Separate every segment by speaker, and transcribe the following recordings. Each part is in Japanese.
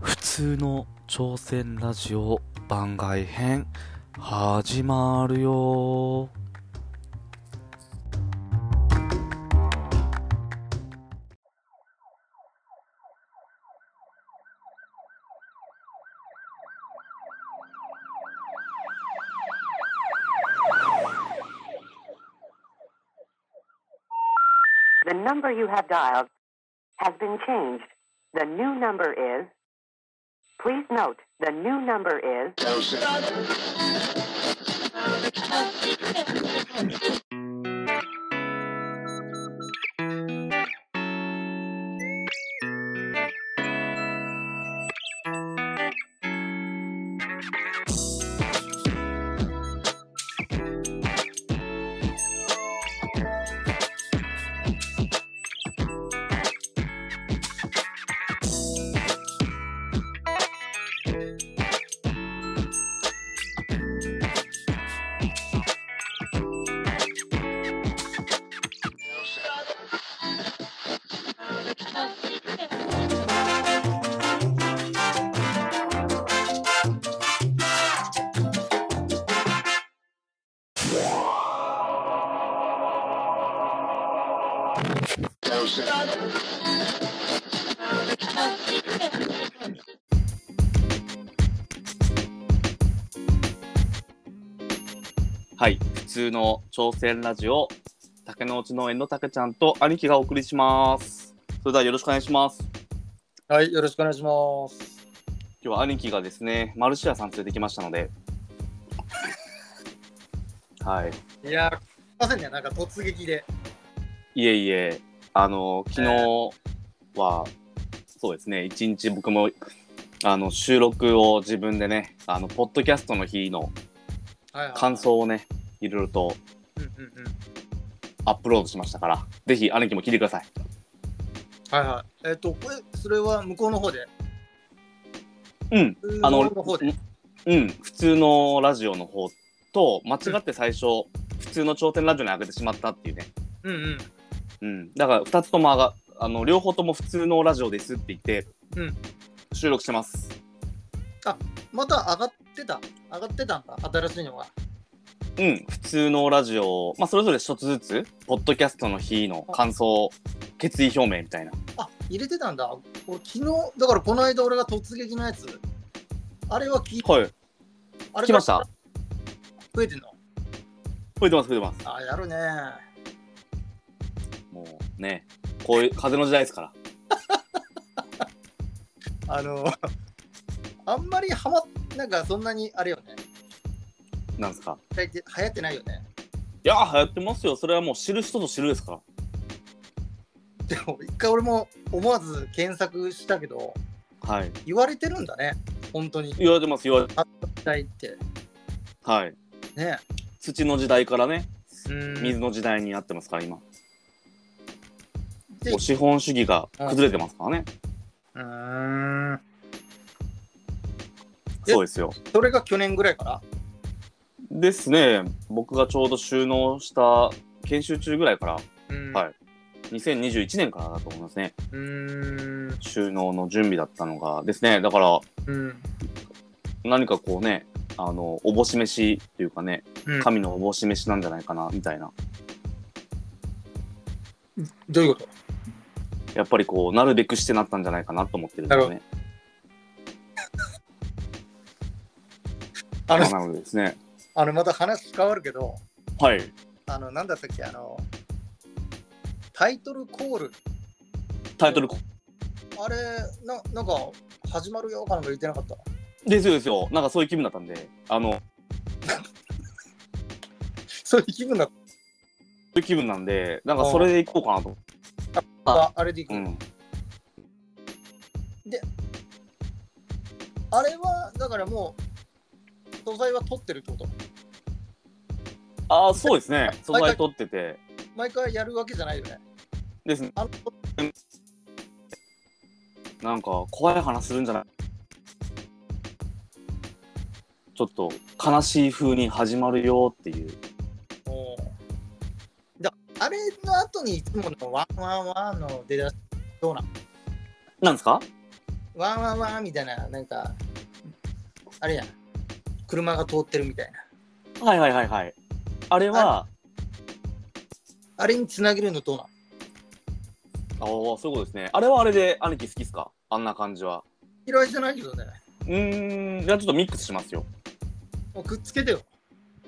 Speaker 1: 普通の朝鮮ラジオ番外編始まるよ
Speaker 2: The number you have dialed has been changed. The new number is. Please note, the new number is.
Speaker 3: はい、普通の朝鮮ラジオ竹の内農園の竹ちゃんと兄貴がお送りします。それではよろしくお願いします。
Speaker 4: はい、よろしくお願いします。
Speaker 3: 今日は兄貴がですね、マルシアさん連れてきましたので、はい、
Speaker 4: いやー、すいませんね、なんか突撃で。
Speaker 3: いえいえ、あの昨日はそうですね、一日僕もあの収録を自分でね、あのポッドキャストの日の
Speaker 4: はいはい
Speaker 3: 感。想をね、いろいろと
Speaker 4: うんうんうん。
Speaker 3: アップロードしましたから、ぜひ兄貴も聞いてください。
Speaker 4: はいはい。えっ、と、これ、それは向こうの方で。
Speaker 3: うん。あの、
Speaker 4: 向こうの方で。
Speaker 3: うん、普通のラジオの方と、間違って最初、普通の頂点ラジオに上げてしまったっていうね。
Speaker 4: うんうん。
Speaker 3: うん。だから、二つとも上が、あの、両方とも普通のラジオですって言って、
Speaker 4: うん
Speaker 3: 収録してます。
Speaker 4: また上がってた。上がってたんだ、新しいのが。
Speaker 3: うん、普通のラジオ、まあ、それぞれ一つずつ、ポッドキャストの日の感想、決意表明みたいな。
Speaker 4: あ、入れてたんだ。俺、昨日、だからこの間俺が突撃のやつ。あれは聞い
Speaker 3: はい。
Speaker 4: あれ
Speaker 3: 聞きました。
Speaker 4: 増えてんの
Speaker 3: 増えてます、増えてます。
Speaker 4: あ、やるね。
Speaker 3: もうね、こういう風の時代ですから。
Speaker 4: あの、 あんまりハマっ、なんかそんなにあれよね。
Speaker 3: なんですか。
Speaker 4: 流行って流行ってないよね。
Speaker 3: いやー、流行ってますよ。それはもう知る人と知るですから。
Speaker 4: でも、一回俺も思わず検索したけど、
Speaker 3: はい。
Speaker 4: 言われてるんだね本当に
Speaker 3: 言われてます、言われて
Speaker 4: 時代って
Speaker 3: はい。
Speaker 4: ね
Speaker 3: 土の時代からね、
Speaker 4: うん
Speaker 3: 水の時代になってますから今も
Speaker 4: で
Speaker 3: う資本主義が崩れてますからね、
Speaker 4: うーんえ
Speaker 3: そうですよ
Speaker 4: それが去年ぐらいから
Speaker 3: ですね僕がちょうど収納した研修中ぐらいから
Speaker 4: うん
Speaker 3: はい2021年からだと思いますね
Speaker 4: うーん
Speaker 3: 収納の準備だったのがですねだから
Speaker 4: うん
Speaker 3: 何かこうねあのおぼし飯というかね
Speaker 4: うん
Speaker 3: 神のおぼし飯なんじゃないかなみたいな
Speaker 4: どういうこと
Speaker 3: やっぱりこうなるべくしてなったんじゃないかなと思ってるんですよねま
Speaker 4: あの
Speaker 3: あなのでですね
Speaker 4: あのまた話変わるけど
Speaker 3: はい
Speaker 4: あのなんだったっけあのタイトルコール
Speaker 3: タイトルコ
Speaker 4: あれななんか始まるよかなんか言ってなかった
Speaker 3: ですよですよなんかそういう気分だったんであの
Speaker 4: そういう気分だっ
Speaker 3: そういう気分なんでなんかそれでいこうかなと
Speaker 4: たあれでいく、
Speaker 3: うん
Speaker 4: あれはだからもう素材は取ってるってこと
Speaker 3: ああ、そうですね。素
Speaker 4: 毎回
Speaker 3: 材取ってて。
Speaker 4: 毎回やるわけじゃないよね
Speaker 3: ですね。
Speaker 4: あの
Speaker 3: なんか、怖い話するんじゃないちょっと悲しい風に始まるよっていう。
Speaker 4: もうだあれの後にいつものワンワンワンの出だしどうなん
Speaker 3: なんですか
Speaker 4: ワンワンワンみたいななんかあれやん車が通ってるみたいな
Speaker 3: はいはいはいはい。あれは、
Speaker 4: あれにつなげるのどうなん
Speaker 3: ああー、そういうことですね。あれはあれで、兄貴好きっすかあんな感じは。
Speaker 4: 嫌いじゃないけどね
Speaker 3: うーん、じゃあちょっとミックスしますよ。
Speaker 4: もうくっつけてよ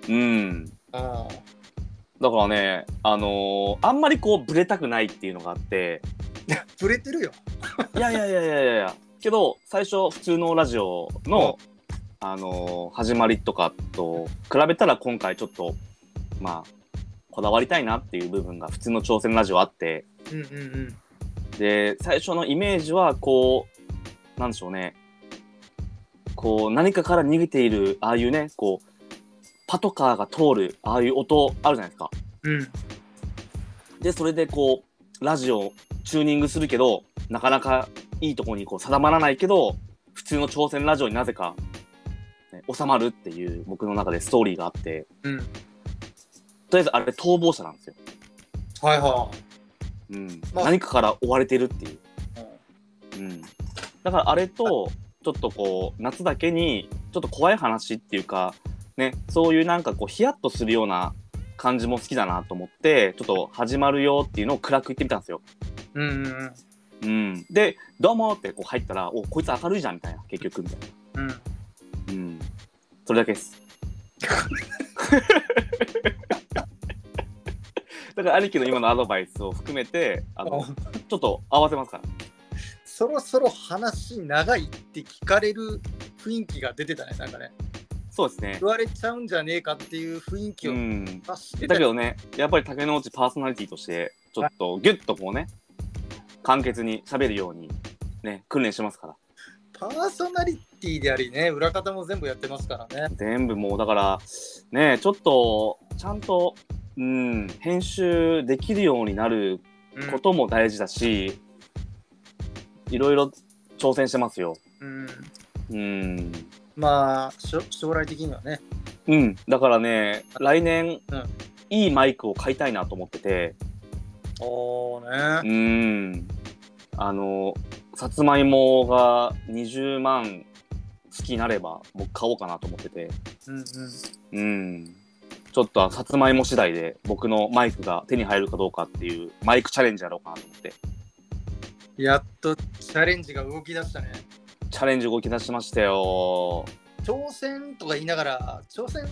Speaker 3: うん。
Speaker 4: あ
Speaker 3: だからね、あのーあんまりこう、ブレたくないっていうのがあって、
Speaker 4: あ触れてるよ
Speaker 3: いやいやいやいやいやいや、けど、最初、普通のラジオの、あのー始まりとかと比べたら、今回ちょっと、まあ、こだわりたいなっていう部分が、普通の挑戦ラジオあって、
Speaker 4: うんうんうん
Speaker 3: で、最初のイメージは、こう、なんでしょうね、こう、何かから逃げている、ああいうね、こう、パトカーが通る、ああいう音あるじゃないですか。
Speaker 4: うん
Speaker 3: でそれでこうラジオチューニングするけどなかなかいいとこにこう定まらないけど普通の朝鮮ラジオになぜか、ね収まるっていう僕の中でストーリーがあって
Speaker 4: うん
Speaker 3: とりあえずあれ逃亡者なんですよ、
Speaker 4: はいは
Speaker 3: うん
Speaker 4: まあ
Speaker 3: 何かから追われてるっていう、
Speaker 4: い、
Speaker 3: うん、だからあれとちょっとこう夏だけにちょっと怖い話っていうかねそういうなんかこうヒヤッとするような感じも好きだなと思ってちょっと始まるよっていうのを暗く言ってみたんですよ
Speaker 4: うん、うんうん
Speaker 3: うん、で「どうも」ってこう入ったら「おこいつ明るいじゃん」みたいな結局みたいな、
Speaker 4: う
Speaker 3: う
Speaker 4: ん
Speaker 3: ん、それだけです だから兄貴の今のアドバイスを含めてあのちょっと合わせますから
Speaker 4: そろそろ話長いって聞かれる雰囲気が出てたねなんかね
Speaker 3: そうですね
Speaker 4: 言われちゃうんじゃねえかっていう雰囲気
Speaker 3: う
Speaker 4: を
Speaker 3: ん
Speaker 4: 出して
Speaker 3: だ
Speaker 4: た
Speaker 3: け
Speaker 4: よ、
Speaker 3: どねやっぱり竹之内パーソナリティとしてちょっとギュッとこうね簡潔に喋るようにね訓練してますから
Speaker 4: パーソナリティでありね裏方も全部やってますからね
Speaker 3: 全部もうだからねちょっとちゃんと、うん、編集できるようになる
Speaker 4: うん
Speaker 3: ことも大事だし、いろいろ挑戦してますよ。
Speaker 4: う
Speaker 3: う
Speaker 4: ん、
Speaker 3: ん。
Speaker 4: まあしょ将来的にはね
Speaker 3: うん。だからね、来年、
Speaker 4: うん
Speaker 3: いいマイクを買いたいなと思ってて、
Speaker 4: おおね
Speaker 3: うん。あの、さつまいもが20万好きになれば、もう買おうかなと思ってて、
Speaker 4: うんうん
Speaker 3: うん。ちょっとさつまいも次第で僕のマイクが手に入るかどうかっていうマイクチャレンジやろうかなと思って
Speaker 4: やっとチャレンジが動き出したね
Speaker 3: チャレンジ動き出しましたよ
Speaker 4: 挑戦とか言いながら挑戦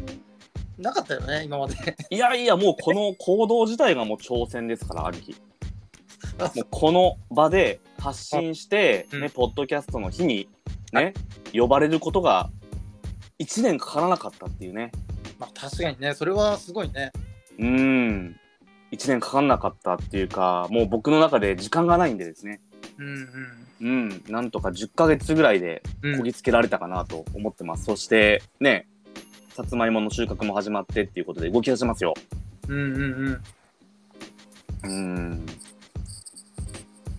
Speaker 4: なかったよね今ま で
Speaker 3: いやいや、もうこの行動自体がもう挑戦ですから、兄貴。
Speaker 4: あそ
Speaker 3: もうこの場で発信して、
Speaker 4: うん
Speaker 3: ね、ポッドキャストの日にね、呼ばれることが1年かからなかったっていうね。
Speaker 4: まあ確かにねそれはすごいね
Speaker 3: うーん。1年かからなかったっていうか、もう僕の中で時間がないんでですね。
Speaker 4: うん
Speaker 3: うん。なんとか10ヶ月ぐらいで
Speaker 4: うんう
Speaker 3: こ
Speaker 4: ん
Speaker 3: ぎつけられたかなと思ってます。そして、ね、さつまいもの収穫も始まってっていうことで動き出しますよ。
Speaker 4: うんうんうん
Speaker 3: うーん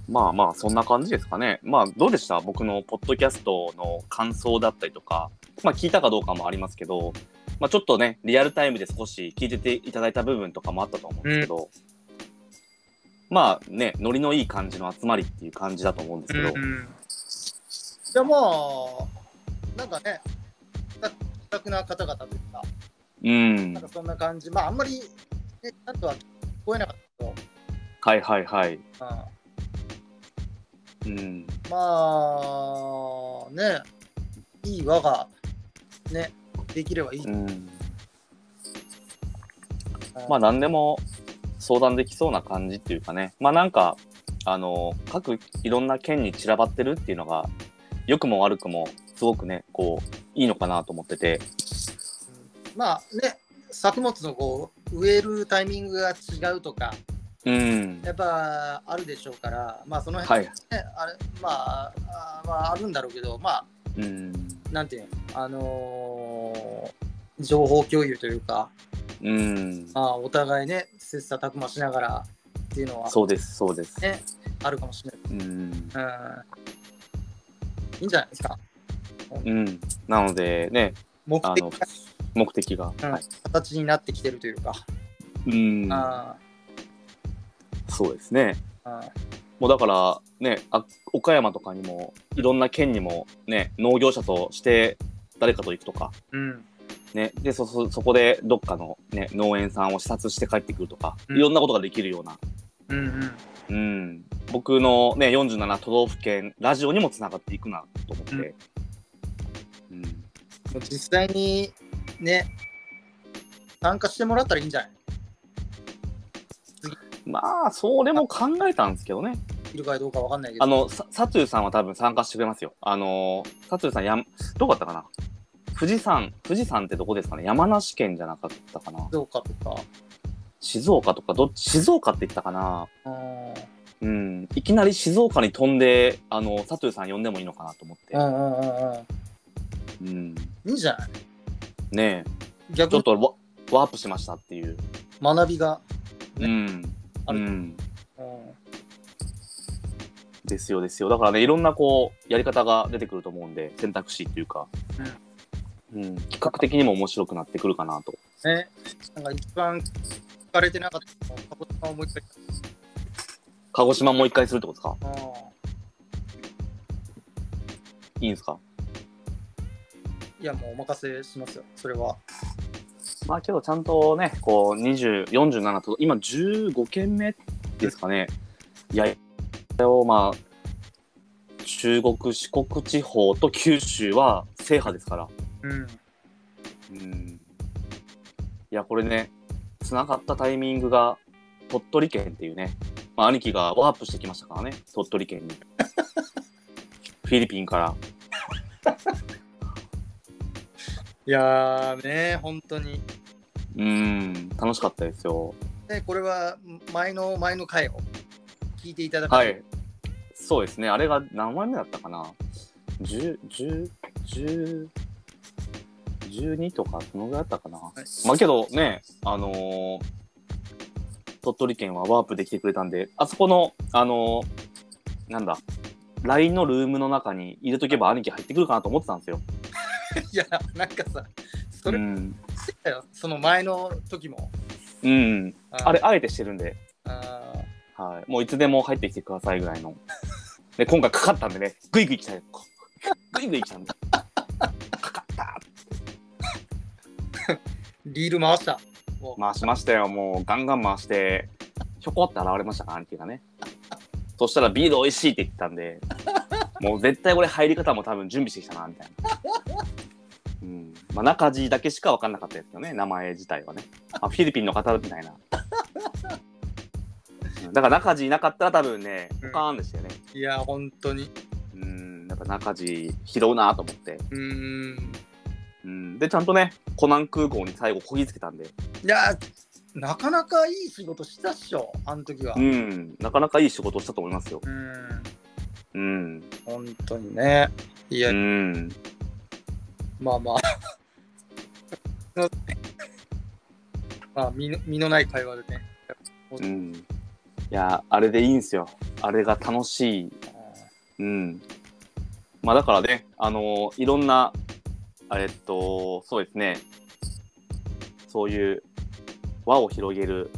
Speaker 3: まあまあそんな感じですかね。まあどうでした僕のポッドキャストの感想だったりとか、まあ聞いたかどうかもありますけど、まあちょっとね、リアルタイムで少し聞いてていただいた部分とかもあったと思うんですけど、まあね、ノリのいい感じの集まりっていう感じだと思うんですけど、
Speaker 4: じゃあまあ、なんかね、気さくな方々というか、
Speaker 3: うん
Speaker 4: なんか、そんな感じ、まああんまり、ね、ちゃんとは聞こえなかったけ
Speaker 3: はいはいはい。
Speaker 4: ど、
Speaker 3: う
Speaker 4: う
Speaker 3: ん、
Speaker 4: ん、まあ、ね、いい輪が、ね、できればいい。
Speaker 3: うん、まあ何でも相談できそうな感じっていうかねまあなんかあの各いろんな県に散らばってるっていうのが良くも悪くもすごくねこういいのかなと思ってて
Speaker 4: まあね、作物のこう植えるタイミングが違うとか、
Speaker 3: うん
Speaker 4: やっぱあるでしょうから、まあその
Speaker 3: は
Speaker 4: 辺、
Speaker 3: い
Speaker 4: ねあれまあ、あまああるんだろうけど、まあ、
Speaker 3: うん
Speaker 4: なんていうのあのー情報共有というか、
Speaker 3: うん
Speaker 4: まあ、お互いね、切磋琢磨しながらっていうのは
Speaker 3: そうですそうです
Speaker 4: ねあるかもしれ
Speaker 3: うん、
Speaker 4: ない。うん。いいんじゃないですか。
Speaker 3: うん、なのでね
Speaker 4: 目
Speaker 3: あ
Speaker 4: 的
Speaker 3: の目的が、
Speaker 4: うん
Speaker 3: はい、
Speaker 4: 形になってきてるというか。
Speaker 3: うん
Speaker 4: あ
Speaker 3: そうですね
Speaker 4: ーあー
Speaker 3: もうだからねあ岡山とかにもいろんな県にもね農業者として誰かと行くとか
Speaker 4: うん。
Speaker 3: ね、でそそそこでどっかの、ね、農園さんを視察して帰ってくるとか、
Speaker 4: うん
Speaker 3: いろんなことができるような、
Speaker 4: うんうん。
Speaker 3: うん、僕の、ね、47都道府県ラジオにもつながっていくなと思って、
Speaker 4: うん
Speaker 3: うん
Speaker 4: もう実際にね、参加してもらったらいいんじゃない
Speaker 3: まあそれも考えたんですけどね
Speaker 4: いるかどうかわかんないけど。
Speaker 3: あのさサトゥーさんは多分参加してくれますよあのーサトゥーさんやんどこだったかな富士山富士山ってどこですかね山梨県じゃなかったかな
Speaker 4: どうかとか。
Speaker 3: 静岡とかどっち静岡って言ったかな
Speaker 4: あー
Speaker 3: うんいきなり静岡に飛んであのサトゥーさん呼んでもいいのかなと思って
Speaker 4: う、んうんうんうん。
Speaker 3: うん、
Speaker 4: いいんじゃない
Speaker 3: ねえ、
Speaker 4: 逆
Speaker 3: ちょっ
Speaker 4: に
Speaker 3: とワワープしましたっていう。
Speaker 4: 学びが。
Speaker 3: うん。
Speaker 4: あ
Speaker 3: う
Speaker 4: る
Speaker 3: ん。
Speaker 4: うん
Speaker 3: ですよですよ。だからね、いろんなこう、やり方が出てくると思うんで、選択肢っていうか、うん、企画的にも面白くなってくるかなと。
Speaker 4: ね、なんか一番聞かれてなかったのは、鹿児島をもう一回
Speaker 3: 鹿児島もう一回するってことですか
Speaker 4: あ
Speaker 3: いいんですか
Speaker 4: ーいや、もうお任せしますよ、それは。
Speaker 3: まあけど、ちゃんとね、こう、20、47と、今15件目ですかね。いや、これをまあ、中国、四国地方と九州は制覇ですから。
Speaker 4: うん。
Speaker 3: うんいや、これね、つながったタイミングが、鳥取県っていうね、まあ、兄貴がワープしてきましたからね、鳥取県に。フィリピンから。
Speaker 4: いやーね、本当に。
Speaker 3: うん、楽しかったですよ。
Speaker 4: ね、これは前の前の回を聞いていただく、
Speaker 3: はい。そうですね、あれが何枚目だったかな。10、10、10、12とか、そのぐらいだったかな。
Speaker 4: はい
Speaker 3: まあけどね、あのー鳥取県はワープできてくれたんで、あそこの、あのーなんだ、LINE のルームの中に入れとけば兄貴入ってくるかなと思ってたんですよ。
Speaker 4: いや、なんかさ、そうれ
Speaker 3: ん。
Speaker 4: だよ、その前の時も。
Speaker 3: うん。
Speaker 4: あー
Speaker 3: あれ、あえてしてるんで、
Speaker 4: あー
Speaker 3: はい。もういつでも入ってきてくださいぐらいの。で、今回かかったんでね、グイグイ来たよ。こグイグイ来たんだ。かかった
Speaker 4: リール回した。もう
Speaker 3: 回しましたよ。もうガンガン回して、ひょこって現れましたから、兄貴がね。そしたらビール美味しいって言ってたんで、もう絶対これ入り方も多分準備してきたな、みたいな。うん。まあ中地だけしか分かんなかったですよね、名前自体はね。あ、フィリピンの方みたいな。うんだから中地いなかったら多分ね、ポカーンでしたよね。
Speaker 4: いや、本当に。
Speaker 3: うん、やっぱ中地拾うなと思って。
Speaker 4: うーん。
Speaker 3: うん。で、ちゃんとね、コナン空港に最後こぎつけたんで、
Speaker 4: いや、なかなかいい仕事したっしょ、あの時は。
Speaker 3: う、
Speaker 4: うん
Speaker 3: なかなかいい仕事をしたと思いますよ。
Speaker 4: ん。
Speaker 3: うん。
Speaker 4: 本当にね。いや、
Speaker 3: うん。
Speaker 4: まあま あ。まあ、身の身のない会話でね。
Speaker 3: うん。いや、あれでいいんすよ。あれが楽しい。うん。まあだからね、あのいろんな、あれえっと、そうですね。そういう輪を広げる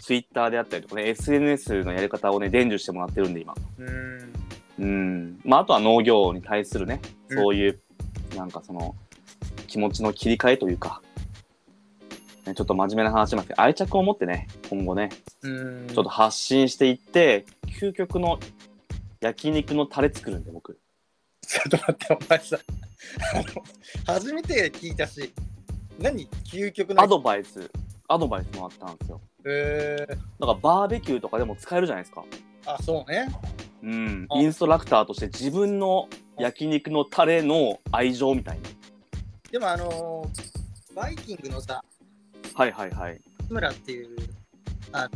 Speaker 3: ツイッターであったりとかね、SNS のやり方をね、伝授してもらってるんで、今。
Speaker 4: うん。
Speaker 3: うん。まああとは農業に対するね、
Speaker 4: うん
Speaker 3: そういう、なんかその、気持ちの切り替えというか、ね、ちょっと真面目な話なんですけど、愛着を持ってね、今後ね、
Speaker 4: うん。
Speaker 3: ちょっと発信していって、究極の焼肉のタレ作るんで、僕。
Speaker 4: ちょっと待って、お前さ、あの初めて聞いたし、何究極の
Speaker 3: アドバイス、アドバイスもらったんですよ。
Speaker 4: えー、
Speaker 3: だからバーベキューとかでも使えるじゃないですか。
Speaker 4: あ、そうね。
Speaker 3: うん。
Speaker 4: あ
Speaker 3: インストラクターとして自分の焼肉のタレの愛情みたいな。
Speaker 4: でも、あのーバイキングのさ、
Speaker 3: はいはいはい。
Speaker 4: 志村っていう、あ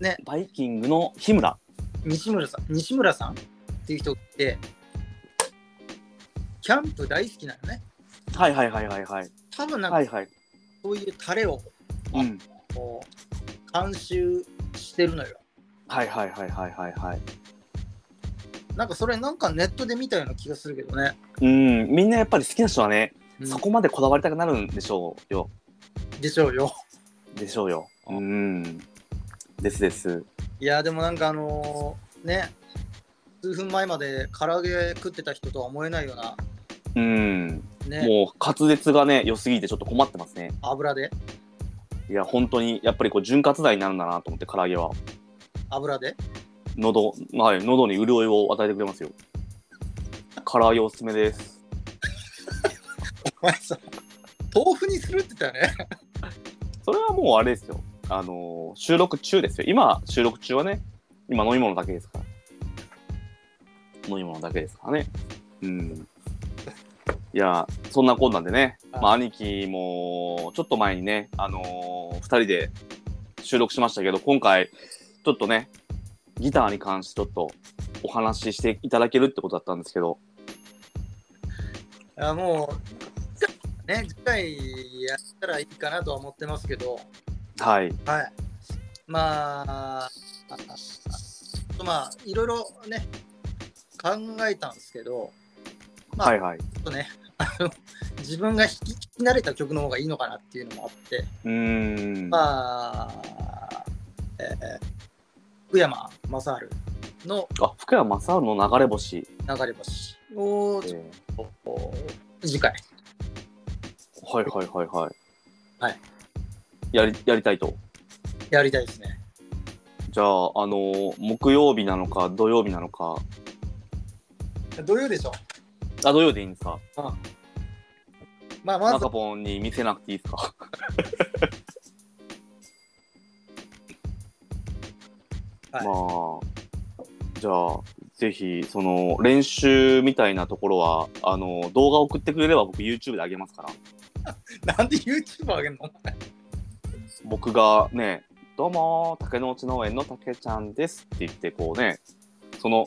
Speaker 4: の
Speaker 3: バイキングの日村。
Speaker 4: 西村さん、西村さんっていう人って、キャンプ大好きなのね。
Speaker 3: はいはいはいはいはい。
Speaker 4: 多分なん
Speaker 3: は
Speaker 4: か
Speaker 3: いはい。
Speaker 4: そういうタレを
Speaker 3: うん。
Speaker 4: こう監修してるのよ。
Speaker 3: はいはいはいはいはいはい。
Speaker 4: なんかそれなんかネットで見たような気がするけどね。
Speaker 3: うん。みんなやっぱり好きな人はね、
Speaker 4: うん
Speaker 3: そこまでこだわりたくなるんでしょうよ。
Speaker 4: でしょうよ。
Speaker 3: でしょうよ。うん。ですです。
Speaker 4: いや、でもなんかあのーね、数分前まで唐揚げ食ってた人とは思えないような、
Speaker 3: うん。
Speaker 4: ね、
Speaker 3: もう滑舌がね、良すぎてちょっと困ってますね。
Speaker 4: 油で、
Speaker 3: いや、本当に、やっぱりこう、潤滑剤になるんだなと思って、唐揚げは。
Speaker 4: 油で。
Speaker 3: 喉、はい、喉に潤いを与えてくれますよ。唐揚げおすすめです。
Speaker 4: お前さ、豆腐にするって言ったよね。
Speaker 3: それはもうあれですよ。あのー収録中ですよ。今、収録中はね、今飲み物だけですから。飲み物だけですからね。うん。いや、そんなこんなんでね、まあ、兄貴も、ちょっと前にね、あのー、二人で収録しましたけど、今回、ちょっとね、ギターに関してちょっとお話ししていただけるってことだったんですけど、
Speaker 4: いや、もう、ね、次回やったらいいかなとは思ってますけど、
Speaker 3: はい。
Speaker 4: はい。まあ、ああまあ、いろいろね、考えたんですけど、まあ
Speaker 3: はいはい。
Speaker 4: ちょっとね、あの自分が弾き慣れた曲の方がいいのかなっていうのもあって、
Speaker 3: うーん。
Speaker 4: まあ、えー福山雅治の
Speaker 3: あ、福山雅治の流れ星。
Speaker 4: 流れ星を
Speaker 3: え
Speaker 4: ちょ
Speaker 3: ー
Speaker 4: っとこう次回、
Speaker 3: はいはいはいはい。
Speaker 4: はい。
Speaker 3: やり、やりたいと。
Speaker 4: やりたいですね。
Speaker 3: じゃあ、あのー木曜日なのか、土曜日なのか、
Speaker 4: どういうでしょう
Speaker 3: あ、土曜でいいんですか
Speaker 4: まあ、まず
Speaker 3: 中、ポンに見せなくていいですか
Speaker 4: はい
Speaker 3: まあ、じゃあ、ぜひ、その、練習みたいなところは、あのー動画送ってくれれば僕 YouTube であげますから。
Speaker 4: なんで YouTube 上げるの
Speaker 3: 僕がね、どうもー、竹の内農園の竹ちゃんですって言って、こうね、その、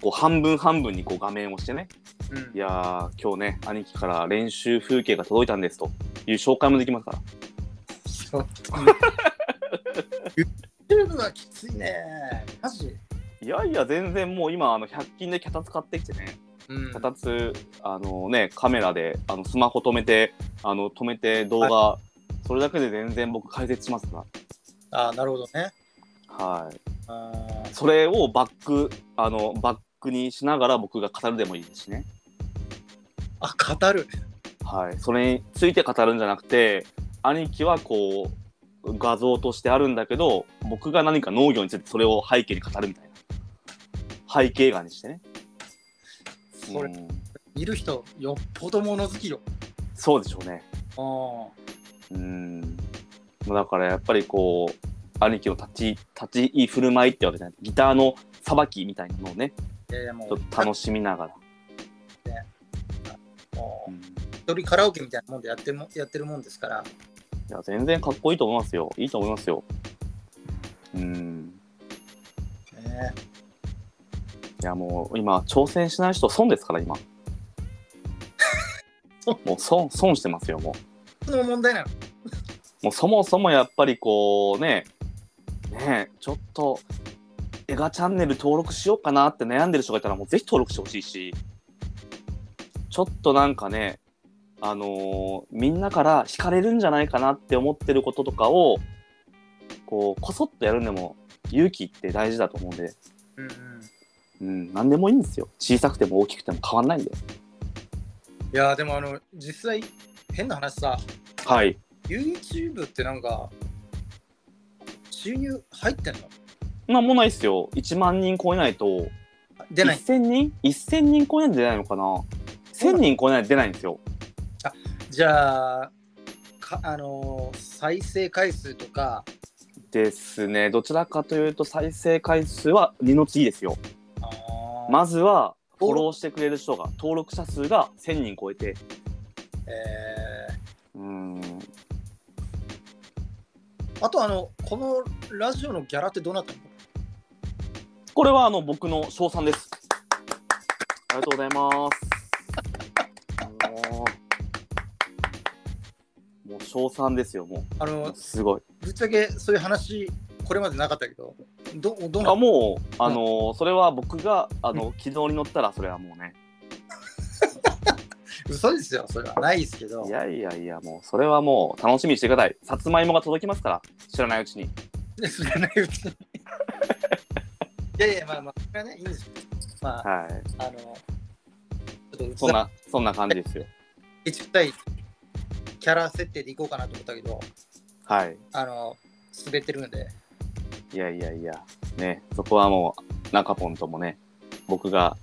Speaker 3: こう半分半分にこう画面をしてね、
Speaker 4: うん
Speaker 3: いやー、今日ね、兄貴から練習風景が届いたんですという紹介もできますから。
Speaker 4: ちょっと YouTube はきついね。マジ
Speaker 3: いやいや、全然もう今、あの、100均で脚立買ってきてね、
Speaker 4: うん
Speaker 3: 脚立、あのね、カメラで、あの、スマホ止めて、あの、止めて動画、それだけで全然僕解説しますか
Speaker 4: あなるほどね。
Speaker 3: ら。はい。
Speaker 4: あー
Speaker 3: それをバック、あの、バックにしながら僕が語るでもいいですしね。
Speaker 4: あ、語る。
Speaker 3: はい、それについて語るんじゃなくて兄貴はこう画像としてあるんだけど僕が何か農業についてそれを背景に語るみたいな背景画にしてね
Speaker 4: それ
Speaker 3: うん
Speaker 4: 見る人、よっぽど物好きよ。
Speaker 3: そうでしょうね
Speaker 4: あ
Speaker 3: うんだからやっぱりこう兄貴の立ち立ち居振る舞いってわけじゃないギターのさばきみたいなのをね
Speaker 4: あ。いやいや、も
Speaker 3: ちょっと楽しみながら、
Speaker 4: う、も
Speaker 3: う、
Speaker 4: うん
Speaker 3: い
Speaker 4: 一人カラオケみたいなもんでやってもやってるもんですから、
Speaker 3: や全然かっこいいと思いますよいいと思いますようん
Speaker 4: ね、
Speaker 3: いやもう今挑戦しない人損ですから今
Speaker 4: 損
Speaker 3: もう損損してますよも
Speaker 4: その問題なの。
Speaker 3: うもうそもそもやっぱりこうねねえちょっと映画チャンネル登録しようかなって悩んでる人がいたらもうぜひ登録してほしいしちょっとなんかねあのーみんなから惹かれるんじゃないかなって思ってることとかをこうこそっとやるのも勇気って大事だと思うんで、
Speaker 4: うんうん、い
Speaker 3: うん、何でもいいんですよ小さくても大きくても変わんないんで
Speaker 4: や、でもあの、実際、変な話さ、
Speaker 3: はい
Speaker 4: YouTube ってなんか、収入入ってんの
Speaker 3: なんもないっすよ。1万人超えないと。
Speaker 4: 出ない。
Speaker 3: 1000人 ?1000 人超えないと出ないのかな ?1000 人超えないと出ないんですよ。
Speaker 4: じゃあ、かあのー再生回数とか、
Speaker 3: ですね。どちらかというと再生回数は2の次ですよ。
Speaker 4: あー
Speaker 3: まずは、フォ
Speaker 4: 登
Speaker 3: ローしてくれる人が、登録者数が1000人超えて。
Speaker 4: え
Speaker 3: うーん。
Speaker 4: ーあとあの、このラジオのギャラってどうなったの
Speaker 3: これはあの、僕の賞賛です。ありがとうございます。もう、もう賞賛ですよ、も
Speaker 4: あ
Speaker 3: う。もう
Speaker 4: の、
Speaker 3: すごい。
Speaker 4: ぶっちゃけそういう話、これまでなかったけど、どどうな
Speaker 3: あ
Speaker 4: の
Speaker 3: もう、あのーそれは僕が、あの、軌道に乗ったら、それはもうね、
Speaker 4: 嘘ですよ、それはないですけど
Speaker 3: い。やいやいや、もう、それはもう、楽しみにしてください。さつまいもが届きますから、知らないうちに。
Speaker 4: で知らないうちに。いやいや、まあまあ、それはね、いいんですよ。まあ、
Speaker 3: はい。
Speaker 4: あの、ちょっと、
Speaker 3: そんな、そんな感じですよ。
Speaker 4: 1対キャラ設定でいこうかなと思ったけど、
Speaker 3: はい。
Speaker 4: あの、滑ってるんで、
Speaker 3: いやいやいや、ね、そこはもう、中ポンともね、僕が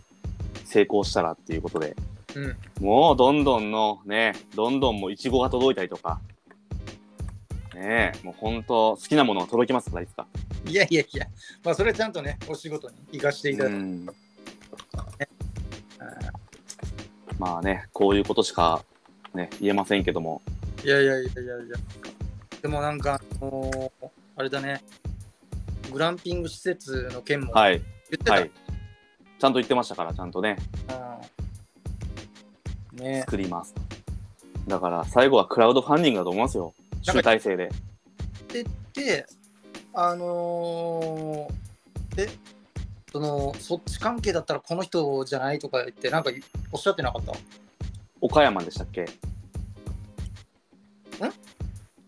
Speaker 3: 成功したらっていうことで、
Speaker 4: うん、
Speaker 3: もうどんどんのね、どんどんもうイチゴが届いたりとか、ねえ、もう本当好きなものが届きますから、いつか。
Speaker 4: いやいやいや、まあ、それはちゃんとね、お仕事に生かしていただ
Speaker 3: う
Speaker 4: いて、
Speaker 3: ん、
Speaker 4: うん
Speaker 3: まあね、こういうことしかね、言えませんけども、
Speaker 4: いやいやいやいやいや。でもなんか、あのーあれだね、グランピング施設の件も言っ
Speaker 3: はい、
Speaker 4: てた、
Speaker 3: はい。ちゃんと言ってましたから、ちゃんとね、
Speaker 4: うんね
Speaker 3: 作ります。だから、最後はクラウドファンディングだと思いますよ。
Speaker 4: なんか
Speaker 3: 集大成で。
Speaker 4: で、あのーえ、その、そっち関係だったらこの人じゃないとか言って、なんかおっしゃってなかった
Speaker 3: 岡山でしたっけん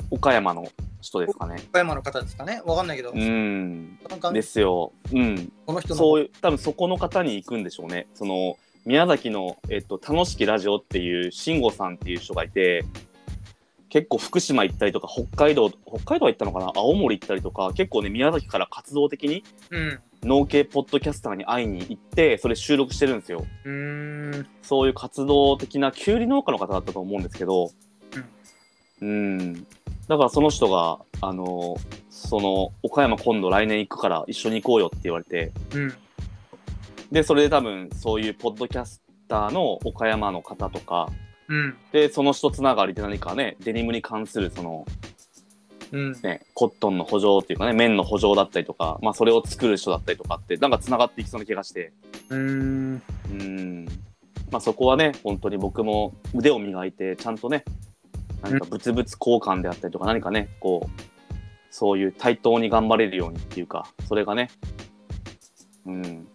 Speaker 3: 岡山の人ですかね。
Speaker 4: 岡山の方ですかねわかんないけど、
Speaker 3: うん。
Speaker 4: その関
Speaker 3: ですよ。うん。
Speaker 4: この人の
Speaker 3: そういう、多分そこの方に行くんでしょうね。その、宮崎の、えっと、楽しきラジオっていう、慎吾さんっていう人がいて、結構福島行ったりとか、北海道、北海道は行ったのかな青森行ったりとか、結構ね、宮崎から活動的に
Speaker 4: うん。
Speaker 3: 農系ポッドキャスターに会いに行って、それ収録してるんですよ。
Speaker 4: うーん。
Speaker 3: そういう活動的なキュウリ農家の方だったと思うんですけど、うん、だからその人が、あの、その、岡山今度来年行くから一緒に行こうよって言われて、
Speaker 4: うん。
Speaker 3: で、それで多分そういうポッドキャスターの岡山の方とか、
Speaker 4: うん。
Speaker 3: で、その人つながりで何かね、デニムに関するその、
Speaker 4: うん。
Speaker 3: ね、コットンの補助っていうかね、綿の補助だったりとか、まあそれを作る人だったりとかって、なんかつながっていきそうな気がして、
Speaker 4: うん。
Speaker 3: うんまあ、そこはね、本当に僕も腕を磨いて、ちゃんとね、何か物々交換であったりとか、何かね、こう、そういう対等に頑張れるようにっていうか、それがね、うん、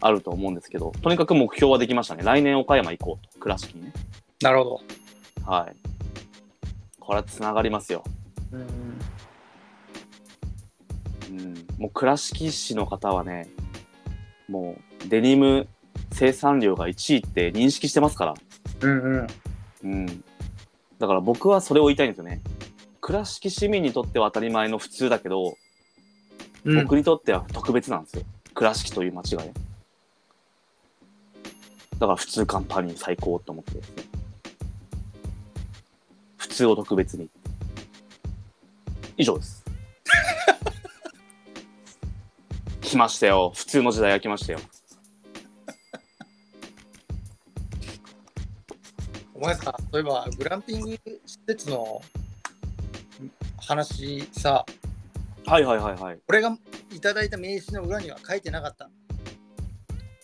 Speaker 3: あると思うんですけど、とにかく目標はできましたね。来年岡山行こうと、倉敷にね。
Speaker 4: なるほど。
Speaker 3: はい。これはつながりますよ。
Speaker 4: うん。
Speaker 3: うん、もう倉敷市の方はね、もうデニム生産量が1位って認識してますから。
Speaker 4: うんうん。
Speaker 3: うん。だから僕はそれを言いたいんですよね。倉敷市民にとっては当たり前の普通だけど、
Speaker 4: うん、
Speaker 3: 僕にとっては特別なんですよ。倉敷という街がね。だから普通カンパニー最高と思ってですね。普通を特別に。以上 です。来ましたよ。普通の時代が来ましたよ。
Speaker 4: お前さ、そういえばグランピング施設の話さ、
Speaker 3: はいはいはいはい。
Speaker 4: 俺がいただいた名刺の裏には書いてなかった。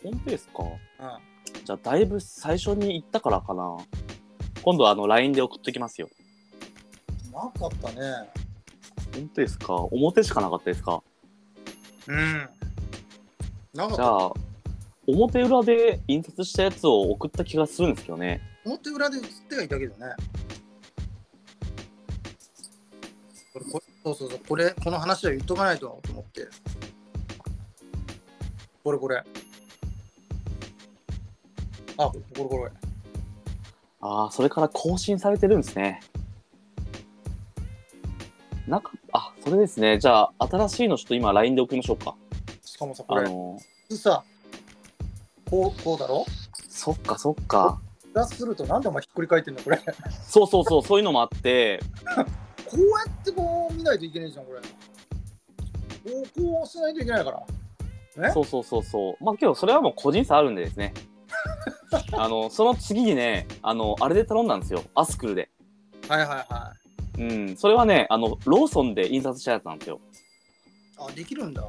Speaker 3: 本当ですか
Speaker 4: うん、
Speaker 3: じゃあ、だいぶ最初に行ったからかな。今度、あの、LINE で送っときますよ。
Speaker 4: なかったね。
Speaker 3: 本当ですか表しかなかったですか
Speaker 4: うん。なかっ
Speaker 3: じ
Speaker 4: た。
Speaker 3: ゃあ、表裏で印刷したやつを送った気がするんですけどね。
Speaker 4: 表裏で写ってはいたけどね。これこそうそうそう、これ、この話は言っとかないとと思って。これこれ。あ、これこれ。
Speaker 3: ああ、それから更新されてるんですね。なかあ、それですね。じゃあ、新しいのちょっと今、LINE で送りましょうか。
Speaker 4: しかもさ、こ
Speaker 3: あ
Speaker 4: れ。
Speaker 3: の、
Speaker 4: 普通さ、こう、こうだろ
Speaker 3: そっかそっか。
Speaker 4: プラスすると、なんでお前ひっくり返ってんだ、これ。こ
Speaker 3: そうそうそう、そういうのもあって、
Speaker 4: うやってこう見ないといけないじゃん、これ。こう、こうしないといけないから。え
Speaker 3: そうそうそうそう。まあけどそれはもう個人差あるんでですね。あの、その次にね、あの、あれで頼んだんですよ。アスクルで。
Speaker 4: はいはいは
Speaker 3: うん。それはね、あの、ローソンで印刷したやつなんですよ。
Speaker 4: い。あ、できるんだ。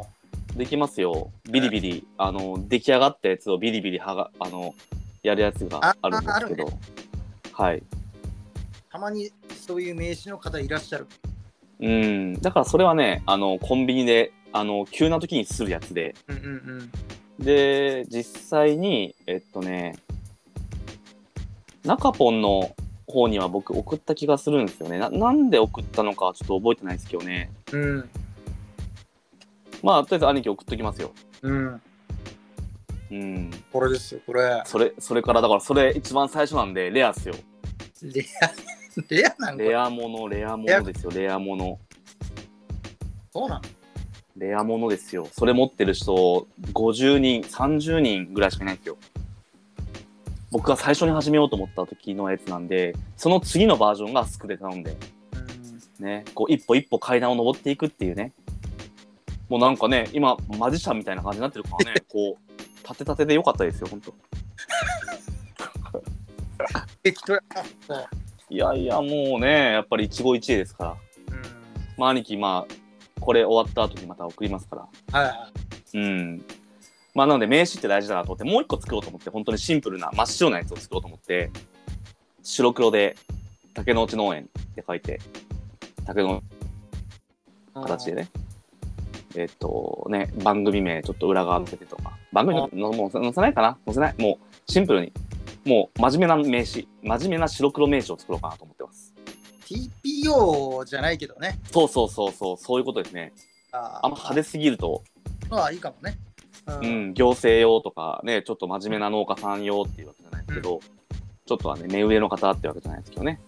Speaker 3: できますよ。ビリビリ。あの、出来上がったやつをビリビリはが、あの、やるやつがあるんですけど。
Speaker 4: ああ
Speaker 3: はい。
Speaker 4: たまにそういう名刺の方いらっしゃる。
Speaker 3: うん。だからそれはね、あの、コンビニで、あの、急な時にするやつで。
Speaker 4: うんうん
Speaker 3: で、実際に、えっとね、中ポンの方には僕送った気がするんですよね。ななんで送ったのかちょっと覚えてないですけどね。
Speaker 4: うん。
Speaker 3: まあ、とりあえず兄貴送っときますよ。
Speaker 4: うん。
Speaker 3: うん。
Speaker 4: これですよ、これ。
Speaker 3: それ、それから、だからそれ一番最初なんで、レアっすよ。
Speaker 4: レア、 レアなんこ
Speaker 3: レ
Speaker 4: れ。
Speaker 3: アもの、レアものですよ、レアもの。
Speaker 4: そうなの
Speaker 3: レアものですよ。それ持ってる人、50人、30人ぐらいしかいないんですよ。僕が最初に始めようと思った時のやつなんで、その次のバージョンがスクで頼んで、
Speaker 4: うん。
Speaker 3: ね、こう一歩一歩階段を登っていくっていうね。もうなんかね、今、マジシャンみたいな感じになってるからね、こう、立て立てでよかったですよ、ほんと。
Speaker 4: 適当やな。そう。
Speaker 3: いやいや、もうね、やっぱり一期一会ですから。
Speaker 4: うん。
Speaker 3: まあ、兄貴、まあ、これ終わった後にまた送りますから。
Speaker 4: はいは
Speaker 3: うん。まあ、なので名刺って大事だなと思って、もう一個作ろうと思って、本当にシンプルな真っ白なやつを作ろうと思って、白黒で、竹の内農園って書いて、竹の
Speaker 4: い。
Speaker 3: 形でね、えっとね、番組名ちょっと裏側載せてとか、番組名のもう載せないかな載せないもうシンプルに、もう真面目な名刺、真面目な白黒名刺を作ろうかなと思ってます。
Speaker 4: TPO じゃないけどね。
Speaker 3: そうそうそうそう、そういうことですね。
Speaker 4: あ
Speaker 3: あんま派手すぎると、
Speaker 4: 手のはいいかもね。うん
Speaker 3: うん、行政用とかね、ちょっと真面目な農家さん用っていうわけじゃないですけど、ちょっとはね、目上の方ってわけじゃないですけどね。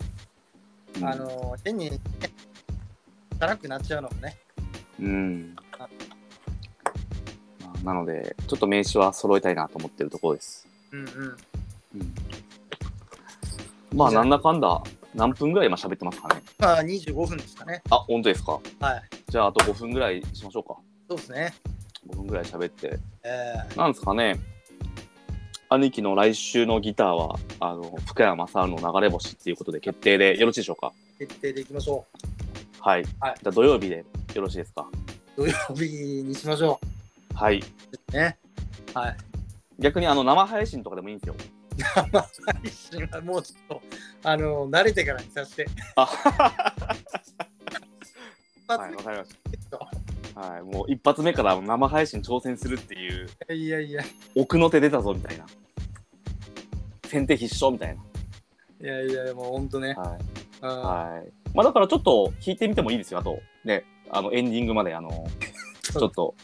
Speaker 3: うん
Speaker 4: あのー、変に、ね、辛くなっちゃうのもね。
Speaker 3: うん
Speaker 4: あ
Speaker 3: まあなので、ちょっと名刺は揃えたいなと思ってるところです。
Speaker 4: うんうん。
Speaker 3: うんまあ、なんだかんだ、何分ぐらい今喋ってますかね。
Speaker 4: まあ、25分ですかね。
Speaker 3: あ、本当ですか。
Speaker 4: はい。
Speaker 3: じゃあ、あと5分ぐらいしましょうか。
Speaker 4: そうですね。
Speaker 3: 5分ぐらい喋って。
Speaker 4: え
Speaker 3: なんですかね。兄貴の来週のギターは、あの、福山雅治の流れ星っていうことで決定でよろしいでしょうか
Speaker 4: ー、決定でいきましょ
Speaker 3: はい。じ
Speaker 4: はい
Speaker 3: ゃあ土曜日でよろしいですか。
Speaker 4: う。土曜日にしましょ
Speaker 3: はい。
Speaker 4: う。ね。はい。
Speaker 3: 逆にあの生配信とかでもいいんですよ。
Speaker 4: 生配信はもうちょっと、あのー、慣れてからにさせて。
Speaker 3: あはい、
Speaker 4: 一発
Speaker 3: わかりまし
Speaker 4: と
Speaker 3: た。はい、もう一発目から生配信挑戦するっていう、
Speaker 4: 目いやいや
Speaker 3: 奥の手出たぞみたいな。先手必勝みたい
Speaker 4: いやいや、もう本当ね
Speaker 3: な。。はい。
Speaker 4: うん
Speaker 3: はい。まあだからちょっと弾いてみてもいいですよ。あと、ね、あのエンディングまで、あの、ちょっと、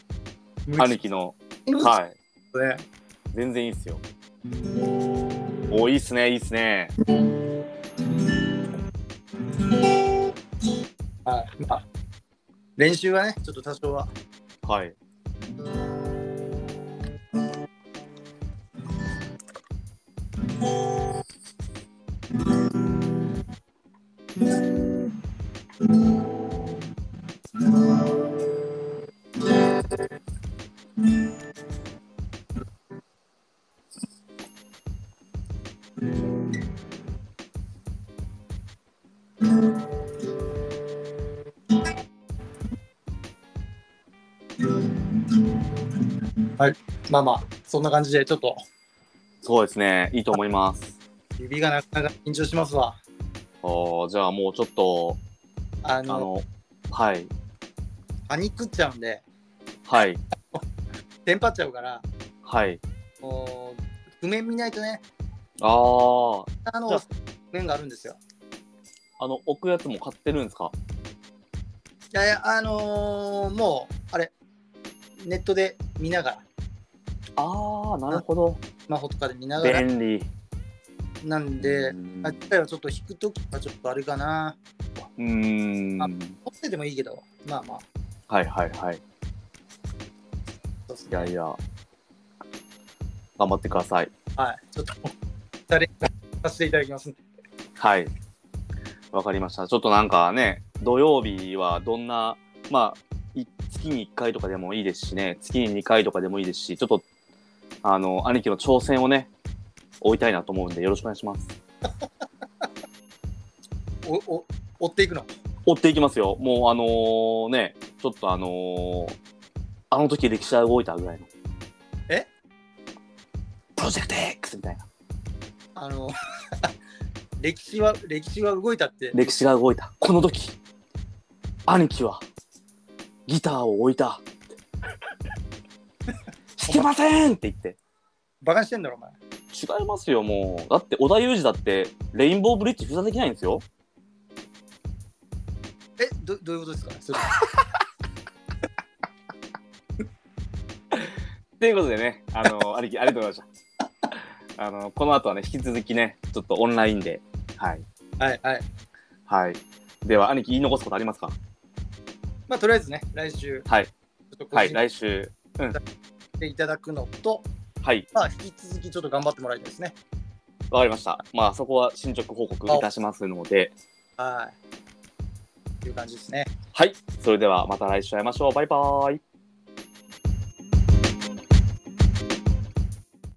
Speaker 3: 兄貴の、
Speaker 4: 無理
Speaker 3: はい。
Speaker 4: ね。
Speaker 3: 全然いいっすよ。おいいっすね、いいっすね。
Speaker 4: はい。まあ、練習はね、ちょっと多少は。
Speaker 3: はい。
Speaker 4: まあまあ、そんな感じで、ちょっと
Speaker 3: そうですね、いいと思います。
Speaker 4: 指がなかなか緊張しますわ。
Speaker 3: おーじゃあもうちょっと、
Speaker 4: あ
Speaker 3: あ
Speaker 4: の、
Speaker 3: の、はい、
Speaker 4: パニックっちゃうんで、
Speaker 3: はい、
Speaker 4: テンパっちゃうから、
Speaker 3: はい。
Speaker 4: もう、譜面見ないとね、
Speaker 3: あー、
Speaker 4: あ
Speaker 3: じゃ
Speaker 4: の
Speaker 3: あ、
Speaker 4: 面があるんですよ。
Speaker 3: あの、置くやつも買ってるんですか
Speaker 4: いやいや、あのーもう、あれ、ネットで見ながら、
Speaker 3: あー、なるほ
Speaker 4: スマホとかで見な
Speaker 3: ど。
Speaker 4: がら
Speaker 3: 便利。
Speaker 4: なんで
Speaker 3: う、ん
Speaker 4: あっちはちょっと弾くときはちょっとあれかな。
Speaker 3: うーん。
Speaker 4: あ持っててもいいけど、まあまあ、
Speaker 3: はいはいはい。い
Speaker 4: そうですね。
Speaker 3: やいや。頑張ってください。
Speaker 4: はい、ちょっと、誰かさせていただきますんで。
Speaker 3: はい。わかりました。ちょっとなんかね、土曜日はどんな、まあ、い月に1回とかでもいいですしね、月に2回とかでもいいですし、ちょっと、あの、兄貴の挑戦をね、追いたいなと思うんで、よろしくお願いします。
Speaker 4: お、お、追っていくの。
Speaker 3: 追っていきますよ。もう、あのーね、ちょっとあのーあの時歴史が動いたぐらいの。
Speaker 4: え
Speaker 3: プロジェクト X みたいな。
Speaker 4: あの、 歴史は、歴史は動いたって。
Speaker 3: 歴史が動いた。この時、兄貴は、ギターを置いた。 弾けませんって言って。
Speaker 4: バカにしてんだろ、お前。
Speaker 3: 違いますよ、もう。だって、織田裕二だって、レインボーブリッジ封鎖できないんですよ。
Speaker 4: えどどういうことですかそれ
Speaker 3: ということでね、あの、 兄貴、ありがとうございました。あの、この後はね、引き続きね、ちょっとオンラインで、はい。
Speaker 4: はいはい
Speaker 3: はい。では、兄貴、言い残すことありますか
Speaker 4: まあとりあえずね来週
Speaker 3: はい
Speaker 4: ちょっと更
Speaker 3: はい、
Speaker 4: 新
Speaker 3: 来週。
Speaker 4: していただくのと、
Speaker 3: はい、
Speaker 4: まあ引き続きちょっと頑張ってもらいたいですね
Speaker 3: わかりました。まあ、そこは進捗報告いたしますので、
Speaker 4: はいっていう感じですね
Speaker 3: はい、それではまた来週会いましょう。バイバーイ。